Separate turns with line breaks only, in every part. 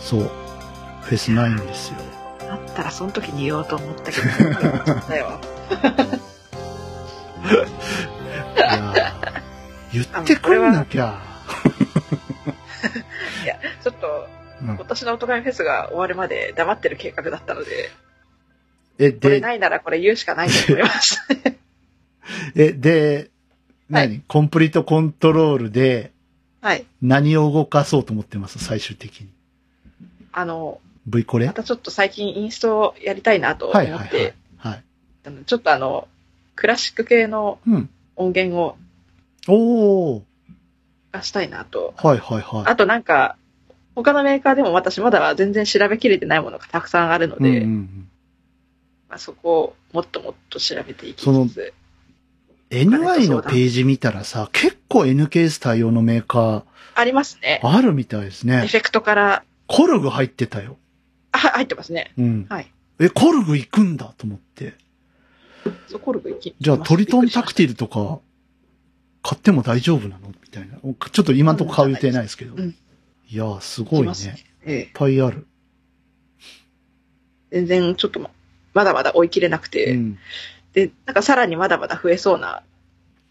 そう。フェスないんですよ。
だったらその時に言おうと思っ たけど、だよ。
いやー言ってくんなき ゃ。
ちょっと、
うん
今年のオトガメフェスが終わるまで黙ってる計画だったので、
え、
これ
で、
ないならこれ言うしかないと思いま した。
え、で、
はい
何、コンプリートコントロールで
はい。
何を動かそうと思ってます最終的に。
あの、
V これ
またちょっと最近インストをやりたいなと思
はい
っ
はいはい
て、。
はい。
あのちょっとあの、クラシック系の
うん。
音源を
おー。
出したいなと。
はいはいは
あとなんか、他のメーカーでも私まだ全然調べきれてないものがたくさんあるの
い。うんう
で、
んうん、
まあ、そこをもっともっと調べていき
その
つつ、
NY のページ見たらさ、結構 NKS 対応のメーカ
ありますね
ー。あるみたいです
エ
ね。
フェクトから、
コルグ入ってたよ。
あ、入ってますね。
うん。
はい。
え、コルグ行くんだと思って。
そうコルグ行き
じゃあ、トリトンタクティルとか、買っても大丈夫なのみたいな。ちょっと今んとこ買う予定ないですけど。
うん
いやー、すごい
行き
ね。
ます
いっ
ね。ええ。
ぱいある。
全然ちょっとままだまだ追い切れなくて、
うん。
で、なんかさらにまだまだ増えそうな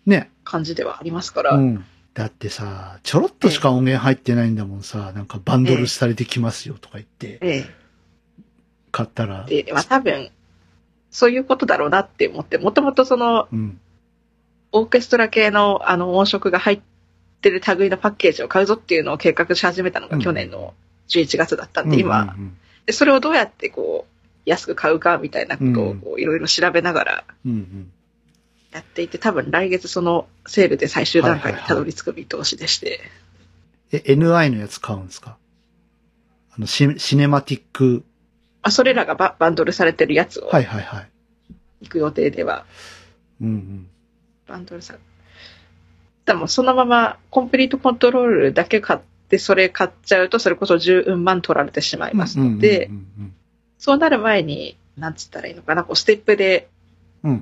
ね。
感じではありますから、
うん。だってさ、ちょろっとしか音源入ってないんだもんさ、なんかバンドルされてきますよとか言って、
え
買ったら。
え。で、まあ多分、そういうことだろうなって思って、もともとその
うん。
オーケストラ系のあの音色が入ってる類のパッケージを買うぞっていうのを計画し始めたの
う
が
ん
去年の11月だったんで、今、
うん
で、それをどうやってこう、安く買うかみたいなこと
う
を
ん
こういろいろ調べながら
うんうん。うん
やっていて、多分来月そのセールで最終段
はい
階に
はいはい
たどり着く見通しでして、
え、NI のやつ買うんですかあのシ、シネマティック。
まあ、それらがババンドルされてるやつを
はいはいはい。
行く予定では、
うんうん。
バンドルさん。でもそのままコンプリートコントロールだけ買って、それ買っちゃうと、それこそ10万取られてしまいますので、
うんうん
そうなる前に、なんつったらいいのかな、こうステップで、
うんうん。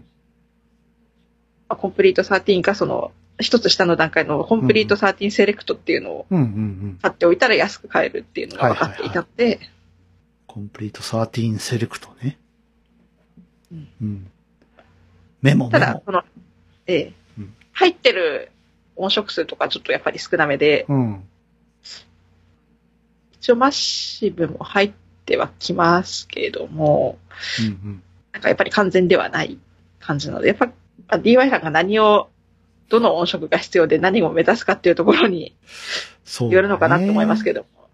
まあコンプリート13か、その、一つ下の段階のコンプリート13セレクトっていうのを
うんうんうん。
買っておいたら安く買えるっていうのが分かっていたので、
コンプリート13セレクトね。
うん
うん。メモ、
た
メ
だ
モ、。
その、ええ
うん
入ってる音色数とかちょっとやっぱり少なめで、
うん。
一応マッシブも入ってはきますけども、
うんうん。
なんかやっぱり完全ではない感じなので、やっぱ、まあ DY さんが何を、どの音色が必要で何を目指すかっていうところに
そう、
よるのかなと思いますけども、
ど。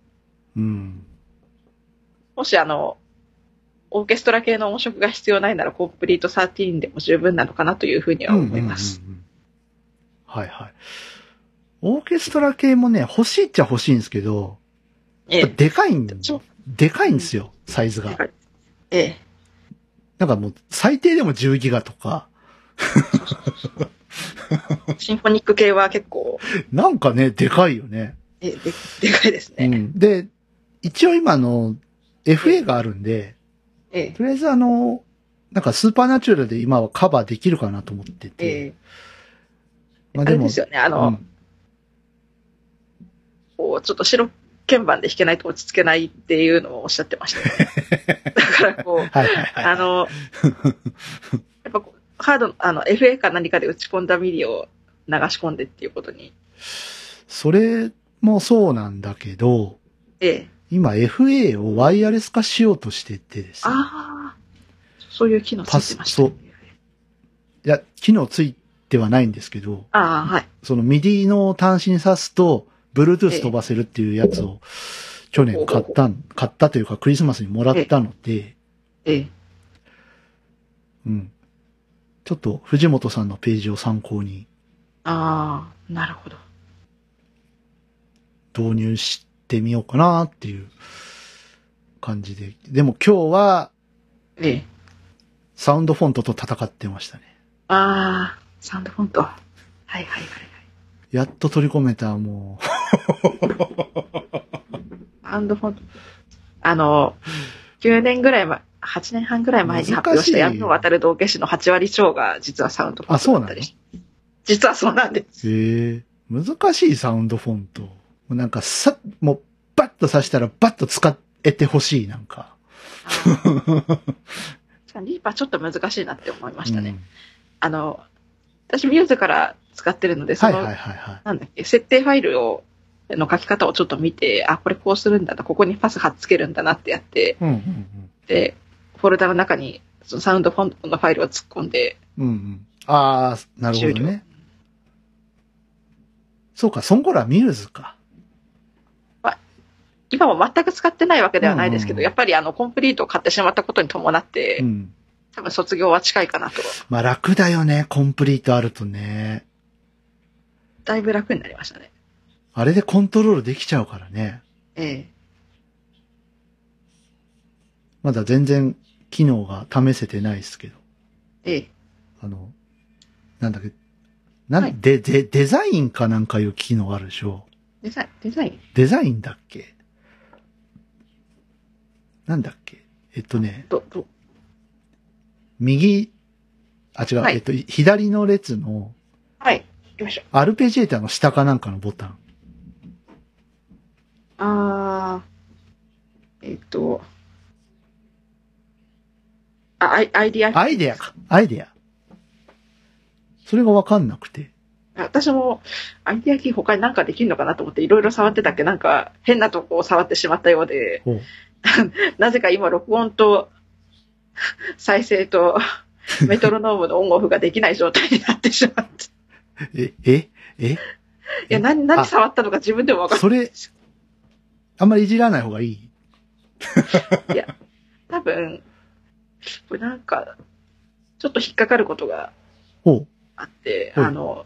うん。
もしあの、オーケストラ系の音色が必要ないならコンプリート13でも十分なのかなというふうには思います。
うんうんうんうん。はいはい。オーケストラ系もね、欲しいっちゃ欲しいんですけど、
え
やっぱ
え、
でかいんだ
そう
でかいんですよ、サイズ
で
が
か。いええ、
なんかもう、最低でも10ギガとか、
シンフォニック系は結構、
なんかね、でかいよね。
えででかいです
う
ね。
ん。で、一応今あの、FA があるんで、
ええ
とりあえずあの、なんかスーパーナチュラルで今はカバーできるかなと思ってて。
ええ
ま
あれですよね、あの、
うん
こう、ちょっと白鍵盤で弾けないと落ち着けないっていうのをおっしゃってましたよ ね。だからこう、
はいはいはい。
あの、やっぱこう、ハード、あの、FA か何かで打ち込んだミリを流し込んでっていうことに、
それもそうなんだけど、
ええ、
今 FA をワイヤレス化しようとしててですね。
ああ、そういう機能ついてましたね、
パいや、機能ついてはないんですけど、
ああ、はい。
その MIDI の端子に挿すと、Bluetooth 飛ばせるっていうやつを、去年買ったん、買ったというかクリスマスにもらったので、
ええ、
うん。ちょっと藤本さんのページを参考に
ああ、なるほど。
導入してみようかなっていう感じで。でも今日は
ええ。
サウンドフォントと戦ってましたね。
ああ、サウンドフォント。はいはいはいはい。
やっと取り込めた、もう。
サウンドフォント。あの、9年ぐらい前、8年半ぐらい前に発表
難し
し
い
た闇を渡る道化師の8割超が実はサウンドフォントだったりして。実はそうなんで す。
ええ難しいサウンドフォント。もうなんかさ、もうバッと刺したらバッと使えてほしい、なんか。
あーリーパーちょっと難しいなって思いましたね。
うん
あの、私ミューズから使ってるので、そ
はい
の、
はいはいはい。
なんだっけ、設定ファイルを、の書き方をちょっと見て、あ、これこうするんだな、ここにパス貼っつけるんだなってやって、
うんうん
で、フォルダの中に、そのサウンドフォントのファイルを突っ込んで、
うん。うんうん。ああ、なるほど
終了
ね。そうか、そんこらミューズか。
今も全く使ってないわけではないですけど、
うんうん
やっぱりあの、コンプリートを買ってしまったことに伴って、
うん。
多分卒業は近いかなと。
まあ楽だよね、コンプリートあるとね。
だいぶ楽になりましたね。
あれでコントロールできちゃうからね。
ええ。
まだ全然機能が試せてないですけど。
ええ。
あの、なんだっけ、なん、
はい
で、で、デザインかなんかいう機能あるでしょ
デザイン、デザイン
デザインだっけなんだっけえっとね、
ど、ど、
右、あ、違う、
はい
えっと、い左の列の、
はい。行きましょう。
アルペジエーターの下かなんかのボタン。
あー、えっと、あ、アイアイディア
アイデアか。アイデア。それがわかんなくて。
私もアイディアキー他に何かできるのかなと思っていろいろ触ってたっけなんか変なとこを触ってしまったようで、
ほう
なぜか今録音と再生 とメトロノームのオンオフができない状態になってし まって。
え、え、え、
いや、何、
あ
何触ったのか自分でもわかん
それ、あんまりいじらない方がいい。
ない。いや、多分、これなんか、ちょっと引っかかることが
ほう。
あって、
はい
あの、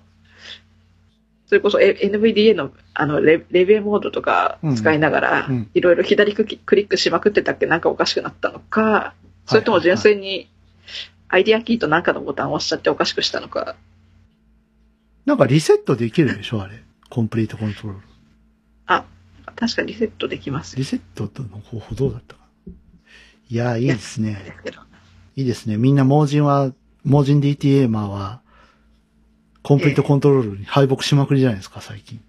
それこそえ NVDA のあのレレビューモードとか使いながら
うんうん、
いろいろ左クリクリックしまくってたっけなんかおかしくなったのか、それとも純粋にアイディアキーとなんかのボタンを押しちゃっておかしくしたのか、
なんかリセットできるでしょあれ。コンプリートコントロール。
確かリセットできますよ
リセットの方法どうだったかないや、いいですね。
だけど。
いいですね。みんな盲人は、盲人 DTA マーは、コンプリートコントロールに敗北しまくりじゃないですか、最近。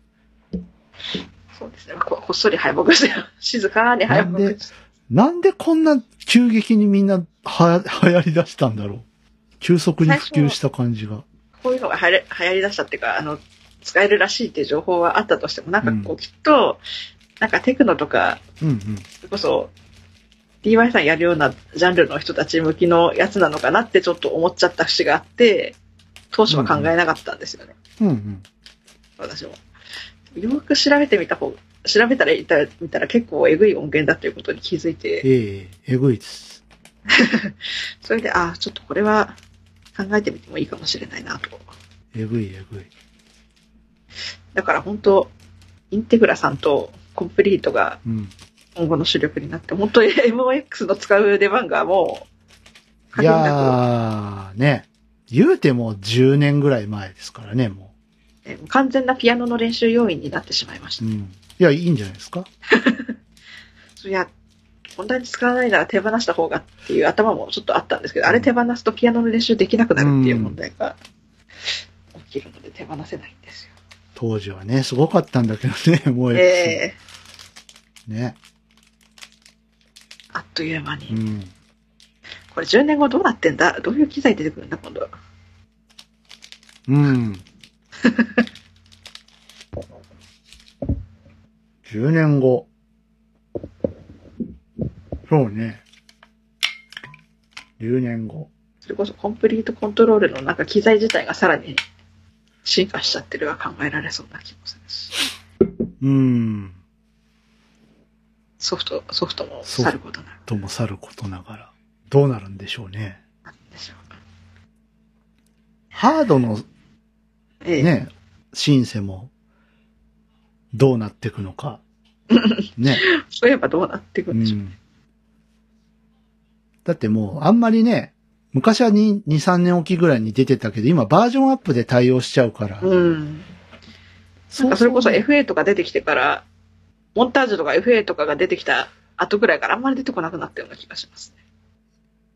そうですね。ここっそり敗北して、 静かに
な
敗
ん
北
で
して
なんでこんな急激にみんなは流行り出したんだろう。急速に普及した感じが。
こういうのがはれ流行り出したっていうか、あの、使えるらしいっていう情報はあったとしても、なんか
う
こうきっと、なんかテクノとか、
うんうん。
それこそ DY さんやるようなジャンルの人たち向きのやつなのかなってちょっと思っちゃった節があって当初は考えなかったんですよね、
うんうん。
私もよく調べてみた方調べたらいた見たら結構えぐい音源だということに気づいて
えええぐいです。
それでああちょっとこれは考えてみてもいいかもしれないなと
えぐい、えぐい。
だから本当インテグラさんとコンプリートが
うん。
今後の主力になって本当に MOX の使う出番がもう
い
限りな
やー、ね。言うても10年ぐらい前ですからね、も
くえ完全なピアノの練習要員になってしまいました
う。うん。いや、いいんじゃないですか。
いや、こんなに使わないなら手放した方がっていう頭もちょっとあったんですけど、あれ手放すとピアノの練習できなくなるっていう問題が起きるので手放せないんですよ。
当時はね、すごかったんだけどね、 もう、
ええ
ね。
あっという間
う
に。
ん。
これ10年後どうなってんだどういう機材出てくるんだ今度。
うん。10年後。そうね。10年後。
それこそコンプリートコントロールのなんか機材自体がさらに進化しちゃってるが考えられそうな気もするし、
うん。
ソフト、ソフトもさることな
ともさることながら。どうなるんでしょうね。
んでしょうか。
ハードの
ええ。
ね、シンセも、どうなっていくのか。ね。
そういえばどうなっていく
うん
でしょう。
ん。だってもう、あんまりね、昔は2、2 3年おきぐらいに出てたけど、今バージョンアップで対応しちゃうから。
うん。
そ
なん
う
かそれこそ
そう
FA とか出てきてから、モンタージュとか FA とかが出てきた後ぐらいからあんまり出てこなくなったような気がしますね。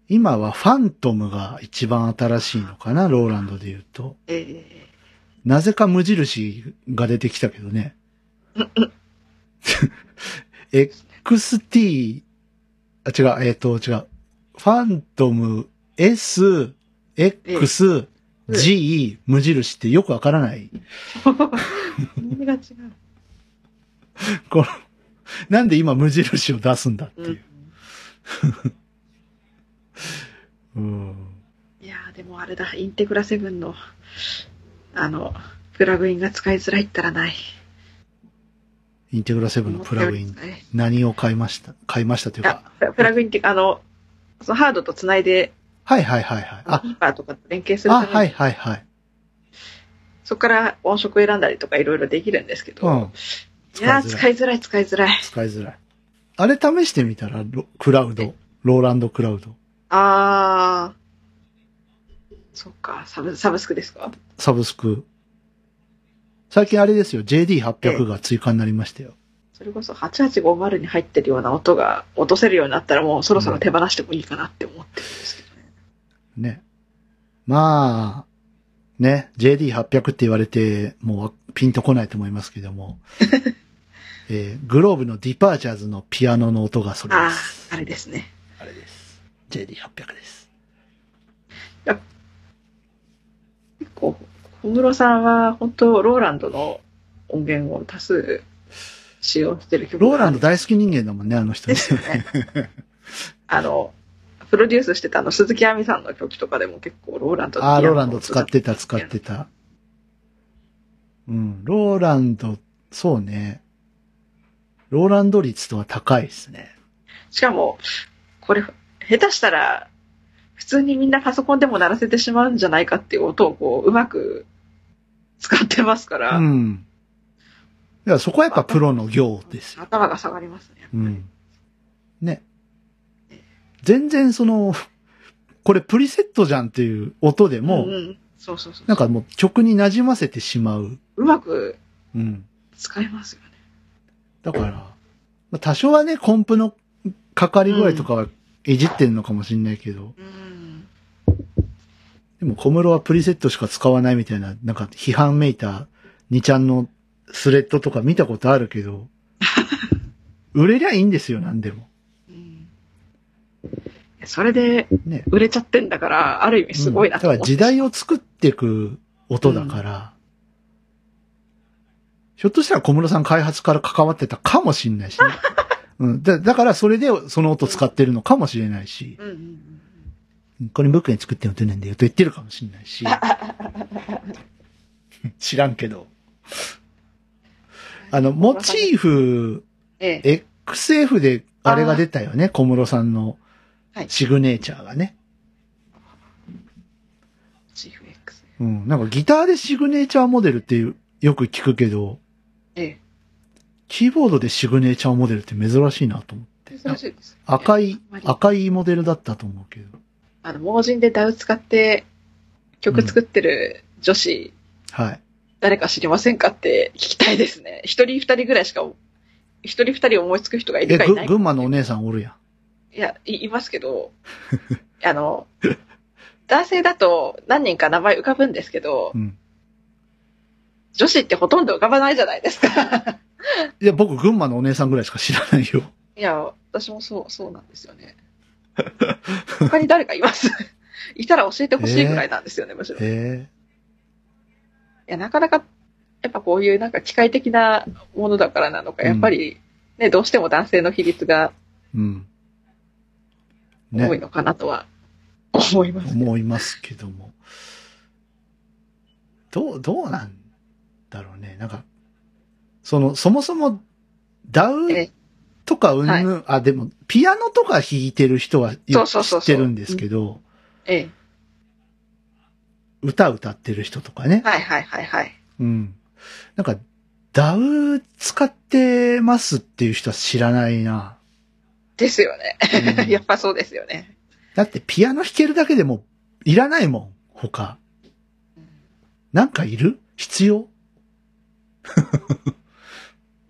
今はファントムが一番新しいのかな、ローランドで言うと。
ええ
なぜか無印が出てきたけどね。XT、あ、違う、えっ、と、違う。ファントム S、X、
え
G、無印ってよくわからない。
何が違う。
このなんで今無印を出すんだって
う
い
ん
う。。うん。
いやーでもあれだ、インテグラセブンの、あの、プラグインが使いづらいったらない。
インテグラセブンのプラグイン
思った。よりですね
何を買いました買いましたという
いや
か。
プラプラグインっていうか、あの、そのハードとつないで、
はいはいはいはい。あ
キ、ーパーとかと連携するた
あ、
めに、
はいはいはい。
そこから音色選んだりとかいろいろできるんですけど、
うん。
いやー使いづらい、使いづらい。
使いづらい。あれ試してみたら、ロクラウド。ローランドクラウド。
あー。そっか、サブ、サブスクですか
サブスク。最近あれですよ、JD800 が追加になりましたよ。
それこそ8850に入ってるような音が落とせるようになったらもうそろそろ手放してもいいかなって思ってるんですけどね。
ね。まあ、ね、JD800 って言われて、もうピンとこないと思いますけど も。えーグローブのディパーチャーズのピアノの音がそれで
あ
す。
あ、あれですね。
あれです。JD800 です。
結構、小室さんは本当、ローランドの音源を多数使用してる曲
ローランド
だ
大好き人間だもんね、あの人
で
ね。
すよね。あの、プロデュースしてたあの鈴木亜美さんの曲とかでも結構ローランド
ああ、ローランド使ってた、使ってた。うん、ローランド、そうね。ローランド率とは高いですね。
しかも、これ、下手したら、普通にみんなパソコンでも鳴らせてしまうんじゃないかっていう音をこう、うまく使ってますから、
うん。だからそこはやっぱプロの業ですよ。
頭が下がりますね。
うん。ね。全然その、これプリセットじゃんっていう音でも、
うんうん、そうそうそう。
なんかもう曲に馴染ませてしまう。
うまく
うん。
使えますよね。
だから、まあ多少はね、コンプのかかり具合とかはいじってんのかもしんないけど、
うん。
でも小室はプリセットしか使わないみたいな、なんか批判めいた2ちゃんのスレッドとか見たことあるけ ど、売れりゃいいんですよ、なんでも。
うんそれで
ね。
売れちゃってんだから、ある意味すごいな
うんだから時代を作っていく音だから、ひょっとしたら小室さん開発から関わってたかもしんない しね、うん、だだからそれでその音使ってるのかもしれないし、
うんうんうん
これ僕に作っても出ないんだよと言ってるかもしんない し。知らんけど。あの、モチーフ、
ええ、
XF であれが出たよね、小室さんの
はい
シグネチャーがね。
チーフ X。
うん、なんかギターでシグネチャーモデルっていうよく聞くけど、
え
キーボードでシグネチャーモデルって珍しいなと思
え、
う
珍。しいです。
赤い
あんま、り
赤いモデルだったと思うけど。
あの、盲人でダウ使って曲作ってる女子、
はい。
誰か知りませんかって聞きたいですね。一人二人ぐらいしか、一人二人思いつく人がい
え、
るかいな
ぐ群
いか。
馬のお姉さんおるやん。
いや、いいますけど、あの、男性だと何人か名前浮かぶんですけど
う、ん。
女子ってほとんど浮かばないじゃないですか。
いや、僕群馬のお姉さんぐらいしか知ら ないよ。
いや、私もそう、そうなんですよね。他に誰かいます いたら教えてほしいぐらいなんですよね、むしろ。い
え
や、なかなか、やっぱこういうなんか機械的なものだからなのか、やっぱり、ね、どうしても男性の比率が
えうん。ね。
多いのかなとは思います。
思いますけども。どう、どうなんだろうね。なんか、その、そもそも、ダウ
え
とかうんぬん、あ、でも、ピアノとか弾いてる人はよ
そうそうそう
知ってるんですけど、
ええ。
歌歌ってる人とかね。
はいはいはいはい。
うん。なんか、ダウ使ってますっていう人は知らないな。
ですよね。
うん
やっぱそうですよね。
だってピアノ弾けるだけでもいらないもん、他。なんかいる必要
い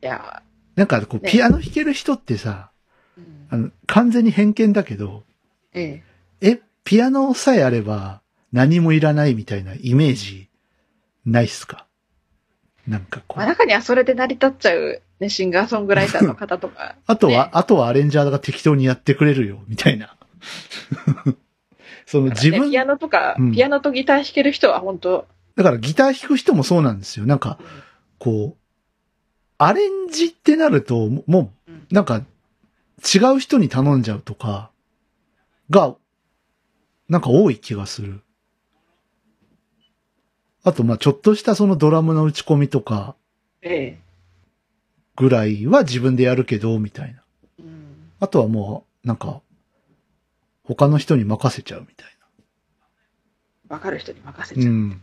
や、
なんかこう、
ね
ピアノ弾ける人ってさ、
うん
あの、完全に偏見だけど、
え
え、ピアノさえあれば何もいらないみたいなイメージないっすかなんかこ
まあ、
う。、
中にはそれで成り立っちゃう、ね、シンガーソングライターの方とか
あとは、
ね
あとはアレンジャーが適当にやってくれるよ、みたい な。その 自
ね
分、
ピアノとか、
うん
ピアノとギター弾ける人は本当、
だからギター弾く人もそうなんですよ。なんか、こう、アレンジってなると、ももう
うん、
なんか、違う人に頼んじゃうとか、が、なんか多い気がする。あと、まあちょっとしたそのドラムの打ち込みとか
え
ぐらいは自分でやるけど、みたいな。
えうん
あとはもう、なんか、他の人に任せちゃうみたい
わかる人に任せ
な。
ちゃ
う
う。
ん。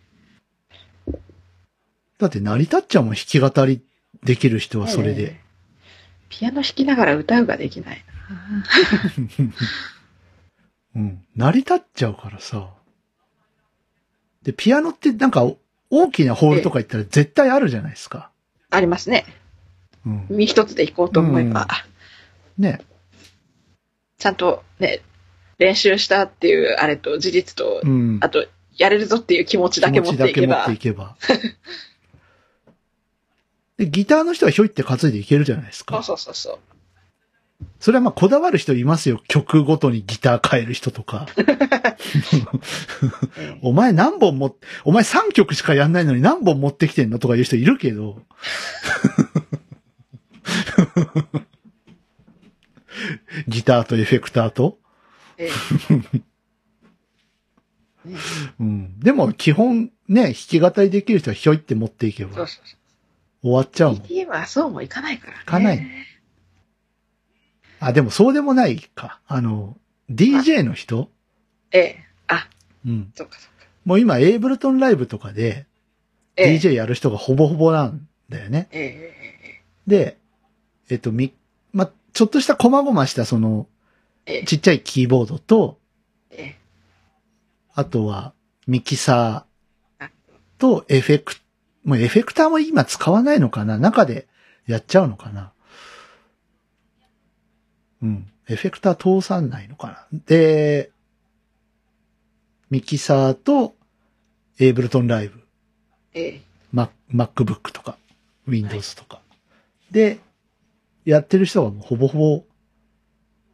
だって、成り立っちゃうもん、弾き語りできる人はそれ
え
で
え。ピアノ弾きながら歌うができないな。
うん。成り立っちゃうからさ。で、ピアノってなんか大きなホールとか行ったら絶対あるじゃないですか。
ありますね。
うん。
身一つで弾こうと思えば、
うんね。
ちゃんとね、練習したっていうあれと事実と、
うん。
あと、やれるぞっていう気持ちだけ持っていけ
気持ち
ば、
だけ持っていけば で、ギターの人はひょいって担いでいけるじゃないです
そう
か。
そうそう そう。
それはまあこだわる人いますよ。曲ごとにギター変える人とか。
ええ
お前何本も、お前3曲しかやんないのに何本持ってきてんのとかいう人いるけど。ギターとエフェクターと。
ええね
うん。でも基本ね、弾き語りできる人はひょいって持っていけ
そう
ば
そうそ
終わっちゃう
う。
もん。
DTM はそうもいかないから、ね。
いかないあ、でもそうでもないか。あの、DJ の人
ええ。あ、
うん。
そうかそうか。
もう今、エイブルトンライブとかで、
ええ。
DJ やる人がほぼほぼなんだよね。
ええええ
で、えっと、み、ま、ちょっとした細々したその、
ええ
ちっちゃいキーボードと、
ええ。
あとはミキサー
あ
とエフェク、もうエフェクターも今使わないのかな中でやっちゃうのかなうん。エフェクター通さないのかなで、ミキサーとエイブルトンライブ。
ええ。
マ MacBook とか、Windows とか。で、やってる人はもうほぼほぼ、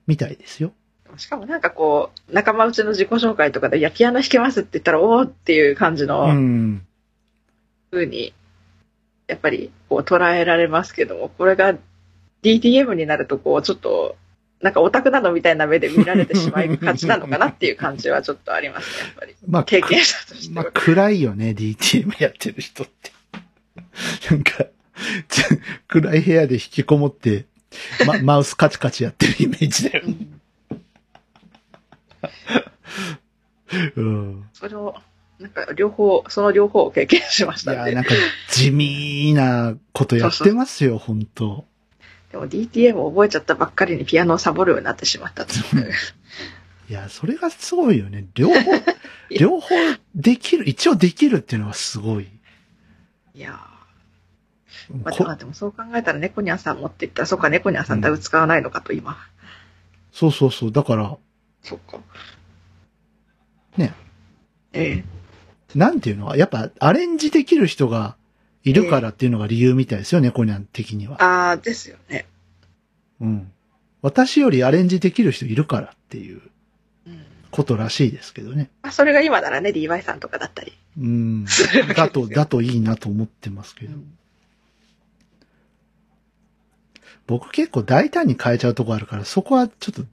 みたいですよ。
しかもなんかこう、仲間内の自己紹介とかで、いや、ピアノ弾けますって言ったら、おーっていう感じ
う
の
ん。
風に、やっぱりこう捉えられますけども、これが DTM になると、こう、ちょっと、なんかオタクなのみたいな目で見られてしまいがちなのかなっていう感じはちょっとありますね、やっぱり。
まあ、
経験者として
ま
は
あ、。暗いよね、DTM やってる人って。なんか、ち暗い部屋で引きこもって、ま、マウスカチカチやってるイメージだよ
う。ん
うん。
それを、なんか両方、その両方を経験しまし
い
たん
や、
で
なん。か地味なことやってますよ、本当
でも DTM を覚えちゃったばっかりにピアノをサボるようになってしまったっていう。
いや、それがすごいよね。両方、両方できる、一応できるっていうのはすごい。
いやー。まあ、で
こ
もでもそう考えたら猫ニャンさん持っていったら、そうか、猫ニャンさんだぶ使わないのかと、今。
そうそうそう。だから、
そうか。
ね。
ええ。
なんていうのやっぱアレンジできる人がいるからっていうのが理由みたいですよね、コニャン的には。
ああ、ですよね。
うん。私よりアレンジできる人いるからっていう
うん。
ことらしいですけどね。
まあ、それが今ならね、DY さんとかだったり。
うん。だと、だといいなと思ってますけど。僕結構大胆に変えちゃうとこあるから、そこはちょっと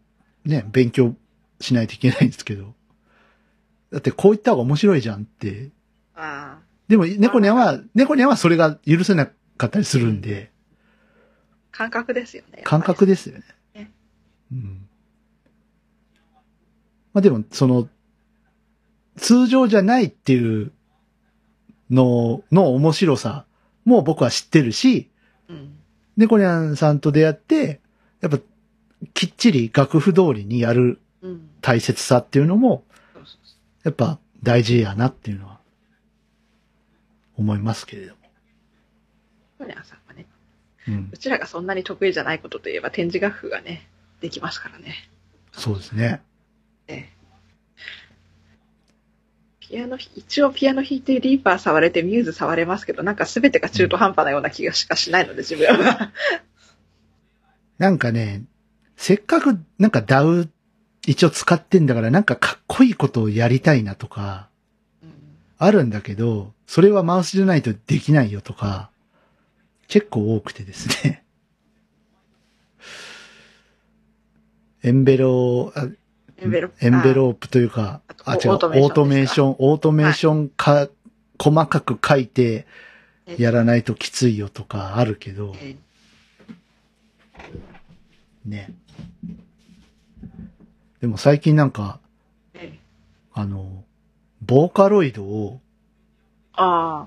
ね、勉強しないといけないんですけど。だってこう言った方が面白いじゃんって。
ああ。
でも、猫ニャンは、猫ニャンはそれが許せなかったりするんで。
感覚ですよね。
感覚
で。
ですよね
ね。
うん。まあでも、その、通常じゃないっていうの、の面白さも僕は知ってるし、
うん。
でこりゃんさんと出会って、やっぱ、きっちり楽譜通りにやる
うん。
大切さっていうのも、
そうそうそ
やっぱ大事やなっていうのは、思いますけれども。
う。コリアンさんはね、
うん
う。ちらがそんなに得意じゃないことといえば展示楽譜がね、できますからね。
そうですね。
ええピアノ、一応ピアノ弾いてリーパー触れてミューズ触れますけど、なんか全てが中途半端なような気がしかしないので、自分は。
なんかね、せっかくなんか DAW 一応使ってんだからなんかかっこいいことをやりたいなとか、
うん
あるんだけど、それはマウスじゃないとできないよとか、結構多くてですね。 エンベロ、あ
エンベロ
エンベロープというか、あ、
ああ
違う、オ
オー
ー
ト
ト
メ
メ
ー
ー
シ
シ
ョ
ョン、オートメーションか、細かく書いてやらないときついよとかあるけど
あ、ええ
ね。でも最近なんか、
ええ
あの、ボーカロイドを、
あ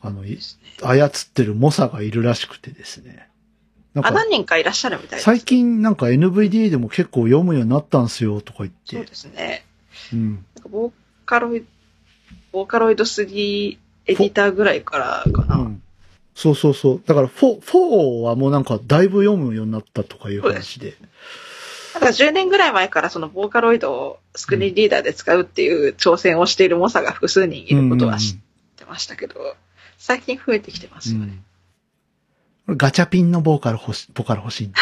あの、
あ、
い
ですね。
操ってる猛者がいるらしくてですね。なん
あ、
か、
何人かいらっしゃるみたいです。
最近なんか NVDA でも結構読むようになったんすよとか言っ
そう
て
で、すね。
うん。
なんかボーカロイド、ボーカロイド3エディターぐらいからかな。
うんそうそうそう。だから、フォー、フォーはもうなんか、だいぶ読むようになったとかいう話で。
なんか10年ぐらい前からそのボーカロイドをスクリーンリーダーで使うっていう挑戦をしている猛者が複数人いることは知ってましたけど、最近増えてきてますよね。
俺ガチャピンのボーカル欲し、ボカル欲しいんだ。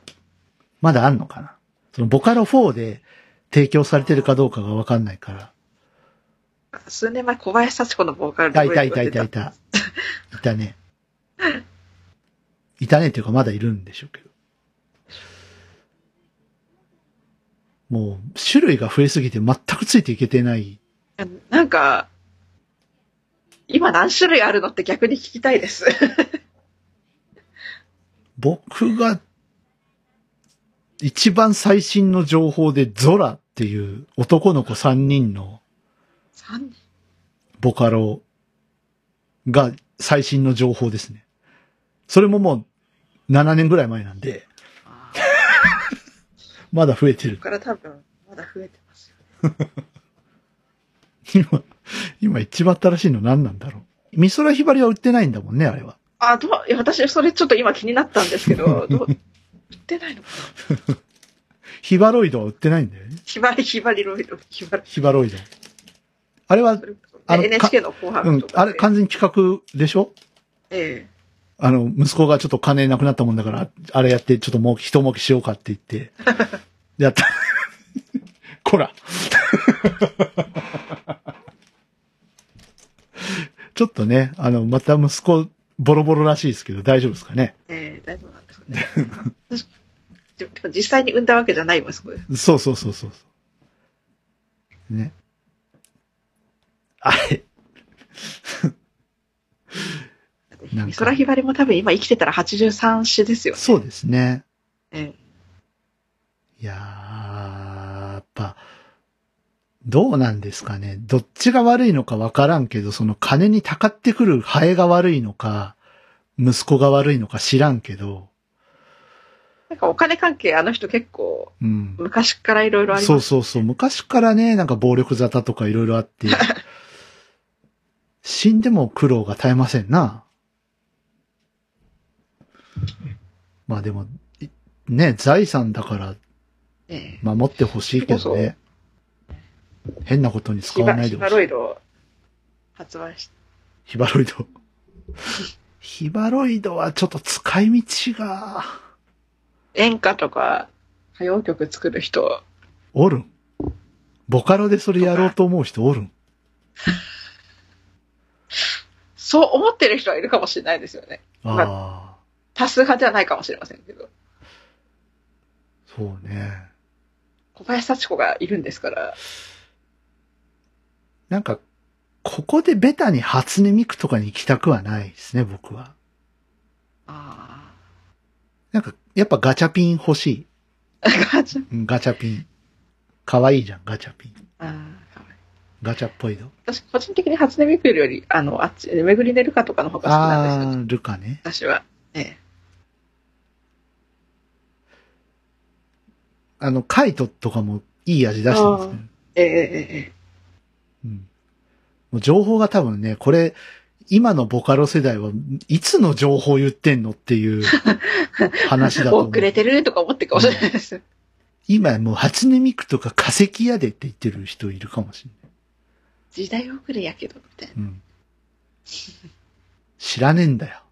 まだあんのかなそのボカロ4で提供されてるかどうかがわかんないから。
数年前小林幸子のボーカル
いたいた
で
いたいたい
た
た。いたね。いたねっていうかまだいるんでしょうけど。もう種類が増えすぎて全くついていけてない。
なんか、今何種類あるのって逆に聞きたいです。
僕が一番最新の情報でゾラっていう男の子3人の
三人
ボカロが最新の情報ですね。それももう7年ぐらい前なんで、
あ
まだ増えて
ーこ
る
こ。から多分まだ増えてますよ。
今、今一番新しいの何なんだろう。美空ひばりは売ってないんだもんね、あれは。
あ、どういや私それちょっと今気になったんですけど、どう売ってないのかな
ヒバロイドは売ってないんだよね。
ひばり、ひばりロイド、ひばり。
ヒバロイド。あれは
そ、れこそね
あの
NHK の後
う
半
ん
と、か
あ
で、
れ完全に企画でしょ
え
あの、息子がちょっと金なくなったもんだから、あれやってちょっともう人儲けしようかって言 って、やった。こら。ちょっとね、あの、また息子、ボロボロらしいですけど、大丈夫ですかね。
えええ大丈夫なんですか ね。確かでもでも実際に産んだわけじゃない息子です。
そうそうそうそうそう。ね。あれ、なんか
美空ひばりも多分今生きてたら83死ですよね。
そうですね。
え
いやー、やっぱ、どうなんですかね。どっちが悪いのかわからんけど、その金にたかってくるハエが悪いのか、息子が悪いのか知らんけど、
えなんかお金関係あの人結構
うん。
昔からいろいろあり
そ
ま
う
す。
そうそう。昔からね、なんか暴力沙汰とかいろいろあ って、死んでも苦労が絶えませんな。まあでも、いね、財産だから
ええ
守ってほしいけどね。変なことに使
ひ
わ
ば
ない
ひ
でほ
ば
しい
ロ。イドを発売し
ヒバロイド。ヒバロイドはちょっと使い道が、
演歌とか歌謡曲作る人、
おるん。ボカロでそれやろうと思う人おるん。
そう思ってる人はいるかもしれないですよね。
ああ、
多数派ではないかもしれませんけど。
そうね。
小林幸子がいるんですから、
なんか、ここでベタに初音ミクとかに行きたくはないですね、僕は。
あ
なんか、やっぱガチャピン欲しい。
あ。ガチャ
うんガチャピン。可愛いじゃん、ガチャピン。
ああ、かわいい。
ガチャっぽいの。
私、個人的に初音ミクより、あの、あっち、めぐりねるかとかの方が好きなんですよ
あー、ルカね。
私は。え
あの、カイトとかもいい味出してますね。
えええええ
うん。もう情報が多分ね、これ、今のボカロ世代はいつの情報言ってんのって いう話だと思う
遅。れてるとか思ってるかもしれないです。
今もう初音ミクとか化石屋でって言ってる人いるかもしれ
時代遅れやけど、みたいな。
ない。うん。知らねえんだよ。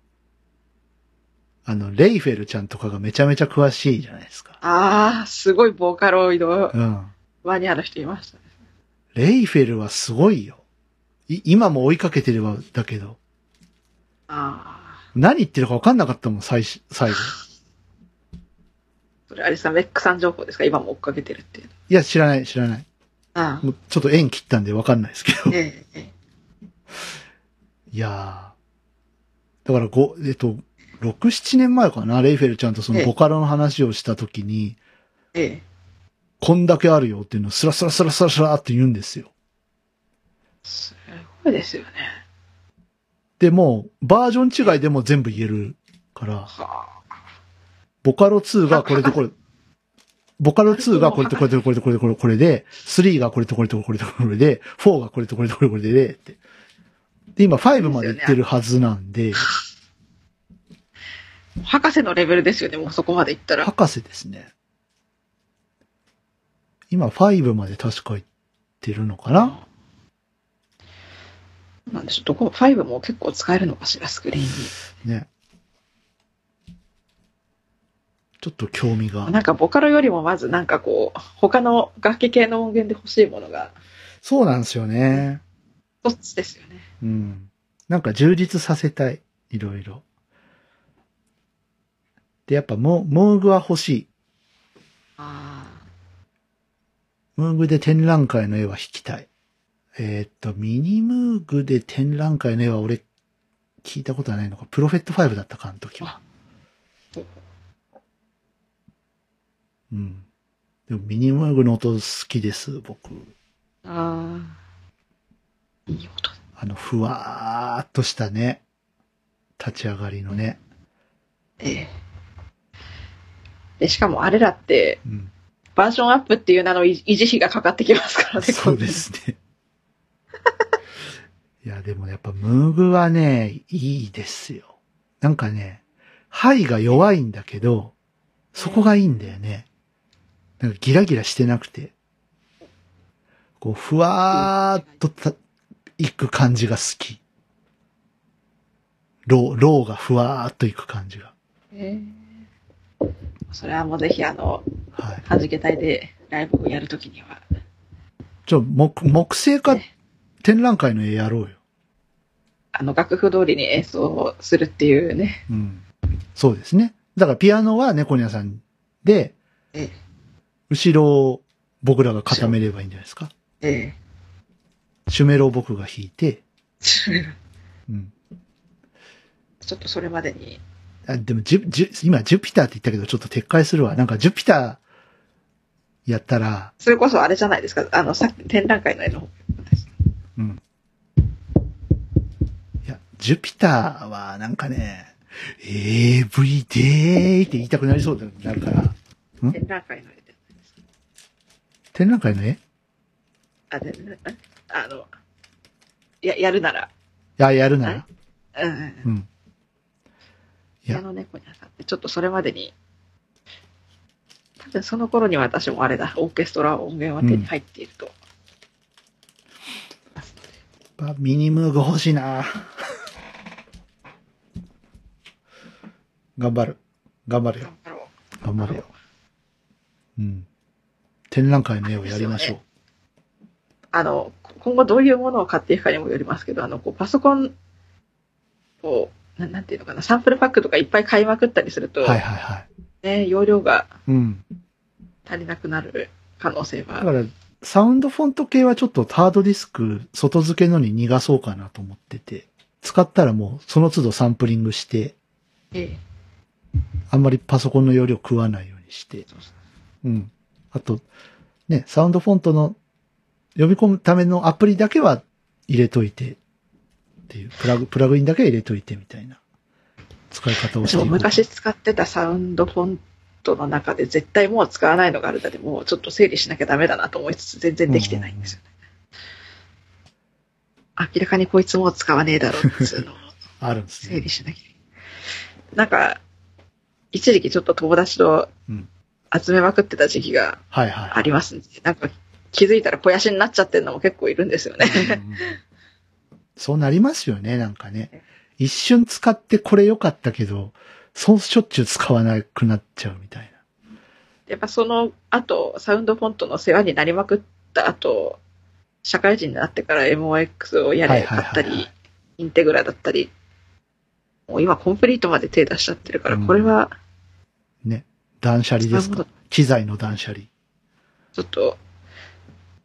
あの、レイフェルちゃんとかがめちゃめちゃ詳しいじゃないですか。
ああ、すごいボーカロイド
うん。
マニアの人いましたね。
レイフェルはすごいよ。い今も追いかけてればだけど、
ああ。
何言ってるか分かんなかったもん、最初、最後。
それ、あれさん、メックさん情報ですか今も追っかけてるっていうの。
いや、知らない、知らない。
あ
もうちょっと縁切ったんで分かんないですけ
あ。
ど。い
ええええ
やー。だから、ご、えっと、6、7年前かな、レイフェルちゃんとそ
え
の
え
ボカロの話をした時に、
ええ。
こんだけあるよっていうのをスラスラスラスラスラって言うんですよ。
すごいですよね。
で、もう、バージョン違いでも全部言えるから、
は
ボカロ2がこれとこれ、ボカロ2がこれとこれとこれとこれとこれとこれで、3がこれとこれとこれとこれで、4がこれとこれとこれとこれで、って。で、今5まで行ってるはずなんで、
あ。博士のレベルですよね、もうそこまでいったら。
博士ですね。今5まで確か行ってるのかな
なんでしょう、どこ、5も結構使えるのかしら、スクリーンに。
ね。ちょっと興味が。
なんかボカロよりもまずなんかこう、他の楽器系の音源で欲しいものが、
そうなんですよね。
そっちですよね。
うん。なんか充実させたい。いろいろ。で、やっぱモ、モーグは欲しい。
あ
ムーグで展覧会の絵は引きたい。えーっと、ミニムーグで展覧会の絵は俺、聞いたことはないのか。プロフェット5だったか、あの時は。
あ
うん。でもミニムーグの音好きです、僕。
あ。ああ。いい音。
あの、ふわーっとしたね、立ち上がりのね。
ええ。で、しかもあれらって、
うん。
バージョンアップっていう名の維維持費がかかってきますからね、
そうで。すね。 いや、でもやっぱムーグはね、いいですよ。なんかね、肺が弱いんだけど、そこがいいんだよね。なんかギラギラしてなくて。こう、ふわーっとた、いく感じが好き。ロー、ローがふわーっといく感じが。
ええ。それはもうぜひ、あの、
はい。
はじけ隊でライブをやるときには。
ちょ、木、木製か展覧会の絵やろうよ。
あの、楽譜通りに演奏をするっていうね。
うん。そうですね。だからピアノは猫ニャさんで、
ええ
後ろを僕らが固めればいいんじゃないですか。
え
シュメロを僕が弾いて、
え。ち
うん。
ょっとそれまでに。
あでもジュ、ジュ、今ジュピターって言ったけどちょっと撤回するわ。なんかジュピターやったら、
それこそあれじゃないですか。あの、さっき展覧会の絵の方。
うん。いや、ジュピターはなんかね、エブリデイって言いたくなりそうになるから、
展覧会の絵で。
展覧会の絵い
あ、で、あの、や、やるなら。
や、やるなら。
うんうんうん。
うん。いや
あの猫に当たって、ちょっとそれまでに。多分その頃には私もあれだ。オーケストラ音源は手に入っていると。
やっぱミニムーグ欲しいな頑張る。頑張るよ。
頑張ろう。
頑張るよ。うん。展覧会の絵をやりましょう。
あの、今後どういうものを買っていくかにもよりますけど、あの、こう、パソコンを、ななんていうのかな、サンプルパックとかいっぱい買いまくったりすると、
はいはいはい。
ね、容量が
うん。
足りなくなる可能性
だ
は。
から、サウンドフォント系はちょっとハードディスク外付けのに逃がそうかなと思ってて、使ったらもうその都度サンプリングして、
ええ
あんまりパソコンの容量食わないようにして、
そうそう
うん。あと、ね、サウンドフォントの呼び込むためのアプリだけは入れといて、っていう、プラグ、プラグインだけ入れといてみたいな使い方をしてい
そ
こ
う
う
昔使ってたサウンドフォントの中で絶対もう使わないのがあるだでもうちょっと整理しなきゃダメだなと思いつつ全然できてないんですよね、明らかにこいつもう使わねえだろうっていう のを
あるんです
整
ね
理。しなきゃなんか一時期ちょっと友達と
うん
集めまくってた時期が
はいはい。
ありますんでなんか気づいたら肥やしになっちゃってるのも結構いるんですよね
うんそうなりますよね、なんかね。一瞬使ってこれ良かったけど、そうしょっちゅう使わなくなっちゃうみたい
やっぱその後、サウンドフォントの世話になりまくった後、社会人になってから MOX をや
はい
れ
はいは
買っ
いは
た
い
り、インテグラだったり、もう今コンプリートまで手出しちゃってるから、
うん
これは
な。ね。断捨離
使
で
う
す
も
か
の、
機材の断捨離。
ちょっと、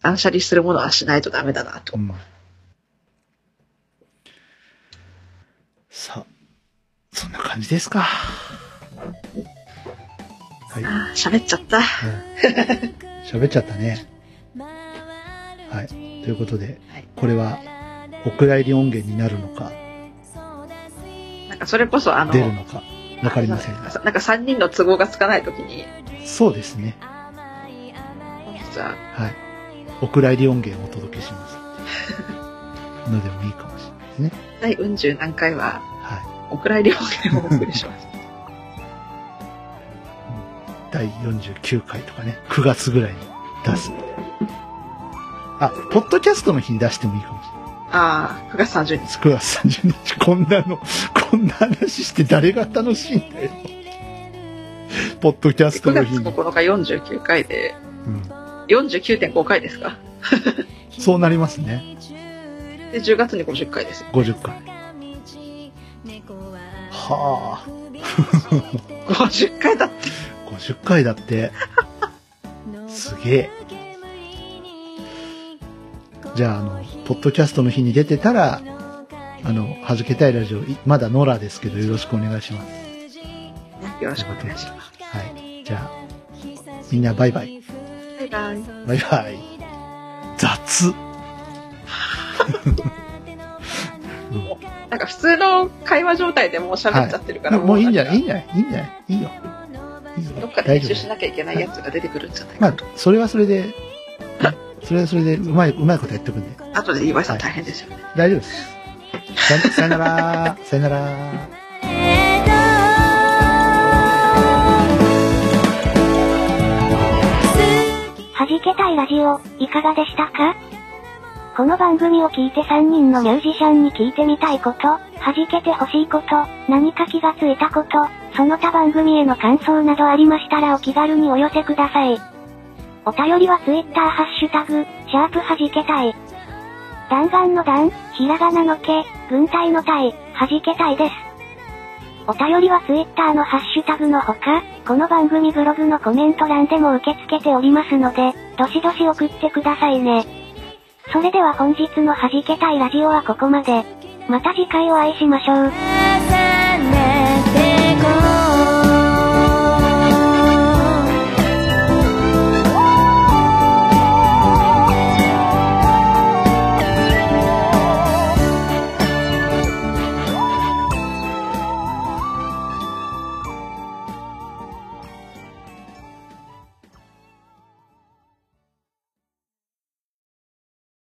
断捨離するものはしないとダメだなと
う。ん。さあ、そんな感じですか。はい。うん
喋っちゃった。
喋っちゃったね。はい。ということで、これは、お蔵入り音源になるのか、
なんかそれこそ、あの、
出るのか、わかりません
なん
が。
かなんか3人の都合がつかないときに、
そうですね。
本日は
はい。お蔵入り音源をお届けします。 のでもいいかもしれないですね。
第うん十何回は、
は
お蔵入り音源をお送り します。
い。第49回とかね、9月ぐらいに出す。あ、ポッドキャストの日に出してもいいかもしれない。
ああ、9月30日。
9月30日、 こんなの、こんな話して誰が楽しいんだよ。ポッドキャスト
9
の
月
日に。
9日49回で、
うん、
49.5回ですか
そうなりますね。
で、10月に50回です。
50回。はあ、
50回だって。
50回だって。すげえ。じゃあ、あの、ポッドキャストの日に出てたら、あの、はじけたいラジオ、いまだノラですけど、よろしくお願いします。
よろしくお願いします。
はい。じゃあ、みんなバイバイ。
バイバイ。
バイバイ。 雑。
なんか普通の会話状態でもう喋っちゃってるから、
もういいんじゃないいい
なん
じゃないいいんじゃないいいよ。いいよ
かどっかで
大
練
丈
習し
夫。
なきゃいけないやつが出てくるんじゃない
ま
か
あ
と。、
それはそれで、ねそれはそれで、うまい、うまいことやってくんで。
後で岩井さん大変ですよね。
大丈夫です。ささよなら。さよなら。
弾けたいラジオ、いかがでしたかこの番組を聞いて3人のミュージシャンに聞いてみたいこと、弾けてほしいこと、何か気がついたこと、その他番組への感想などありましたらお気軽にお寄せください。お便りは Twitter ハッシュタグ、シャープ弾けたい。弾丸の弾、ひらがなのけ、軍隊の隊、弾けたいです。お便りは Twitter のハッシュタグのほか、この番組ブログのコメント欄でも受け付けておりますので、どしどし送ってくださいね。それでは本日の弾けたいラジオはここまで。また次回お会いしましょう。